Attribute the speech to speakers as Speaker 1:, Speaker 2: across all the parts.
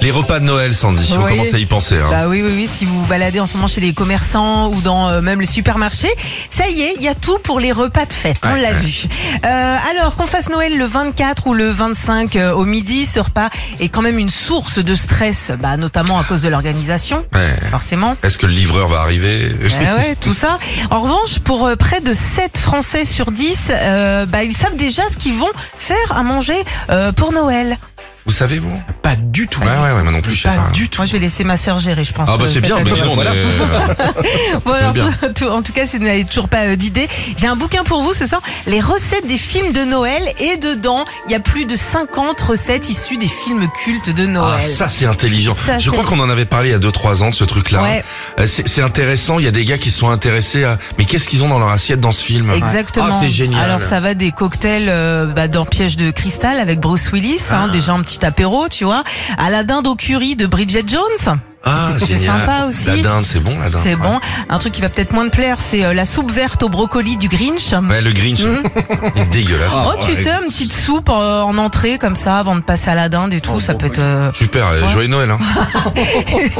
Speaker 1: Les repas de Noël, Sandy, on
Speaker 2: Oui.
Speaker 1: commence à y penser. Hein.
Speaker 2: Bah oui, oui, oui, si vous vous baladez en ce moment chez les commerçants ou dans euh, même les supermarchés, ça y est, il y a tout pour les repas de fête, on
Speaker 1: Ouais,
Speaker 2: l'a
Speaker 1: ouais.
Speaker 2: vu. Euh, alors, qu'on fasse Noël le 24 ou le 25 euh, au midi, ce repas est quand même une source de stress, bah, notamment à cause de l'organisation,
Speaker 1: Ouais.
Speaker 2: forcément.
Speaker 1: Est-ce que le livreur va arriver
Speaker 2: Ah ouais, tout ça. En revanche, pour euh, près de 7 Français sur 10, euh, bah, ils savent déjà ce qu'ils vont faire à manger euh, pour Noël.
Speaker 1: Vous savez, vous Ouais,
Speaker 3: Pas du tout.
Speaker 1: ouais, ouais, moi non plus, je sais
Speaker 3: Pas
Speaker 1: pas.
Speaker 3: du tout.
Speaker 2: Moi, je vais laisser ma sœur gérer, je pense.
Speaker 1: Ah bah
Speaker 2: euh,
Speaker 1: c'est
Speaker 2: cette
Speaker 1: bien,
Speaker 2: année.
Speaker 1: mais nous, on
Speaker 3: Voilà.
Speaker 1: est- euh,
Speaker 2: Bon, alors,
Speaker 1: Bien.
Speaker 2: tout- tout- en tout cas, si vous n'avez toujours pas euh, d'idée, j'ai un bouquin pour vous ce soir, les recettes des films de Noël. Et dedans, il y a plus de 50 recettes issues des films cultes de
Speaker 1: Ah,
Speaker 2: Noël.
Speaker 1: ça c'est intelligent.
Speaker 2: Ça,
Speaker 1: je crois
Speaker 2: c'est-
Speaker 1: qu'on en avait parlé il y a 2-3 ans de ce truc-là.
Speaker 2: Ouais.
Speaker 1: Euh, C'est c'est intéressant, il y a des gars qui sont intéressés à... Mais qu'est-ce qu'ils ont dans leur assiette dans ce film
Speaker 2: Exactement.
Speaker 1: Ah, c'est génial.
Speaker 2: Alors ça va des cocktails euh, bah, dans Piège de cristal avec Bruce Willis,
Speaker 1: Ah.
Speaker 2: hein, déjà un petit apéro, tu vois, à la dinde au curry de Bridget Jones.
Speaker 1: Ah,
Speaker 2: C'est
Speaker 1: génial.
Speaker 2: sympa aussi.
Speaker 1: La dinde, c'est bon la dinde.
Speaker 2: C'est
Speaker 1: Ouais.
Speaker 2: bon. Un truc qui va peut-être moins te plaire, c'est euh, la soupe verte au brocoli du Grinch.
Speaker 1: Ouais, le Grinch. Il est dégueulasse.
Speaker 2: Hum. Oh, tu
Speaker 1: Ouais.
Speaker 2: sais, une petite soupe euh, en, en entrée comme ça, avant de passer à la dinde et
Speaker 1: Oh,
Speaker 2: tout, ça peut être. euh,
Speaker 1: Super, euh, joyeux Noël. Hein.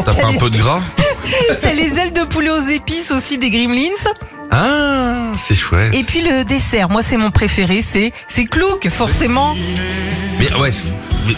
Speaker 1: T'as pas un peu de gras
Speaker 2: T'as les ailes de poulet aux épices aussi des Gremlins.
Speaker 1: Ah, c'est chouette.
Speaker 2: Et puis le dessert, moi c'est mon préféré, c'est c'est clouk forcément.
Speaker 1: Mais ouais, mais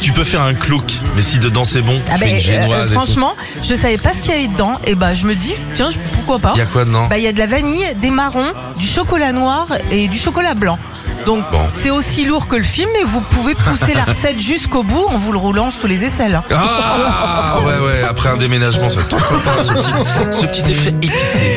Speaker 1: tu peux faire un clouk, mais si dedans c'est bon, tu fais
Speaker 2: ben,
Speaker 1: une
Speaker 2: euh,
Speaker 1: génoise. et tout.
Speaker 2: franchement, je savais pas ce qu'il y avait dedans et bah je me dis tiens je- pourquoi pas.
Speaker 1: Il y a quoi dedans
Speaker 2: Bah il y a de la vanille, des marrons, du chocolat noir et du chocolat blanc. Donc
Speaker 1: Bon.
Speaker 2: c'est aussi lourd que le film, mais vous pouvez pousser la recette jusqu'au bout en vous le roulant sous les aisselles.
Speaker 1: Ah ouais ouais, après un déménagement, ça va être trop sympa, ce petit, ce petit effet épicé.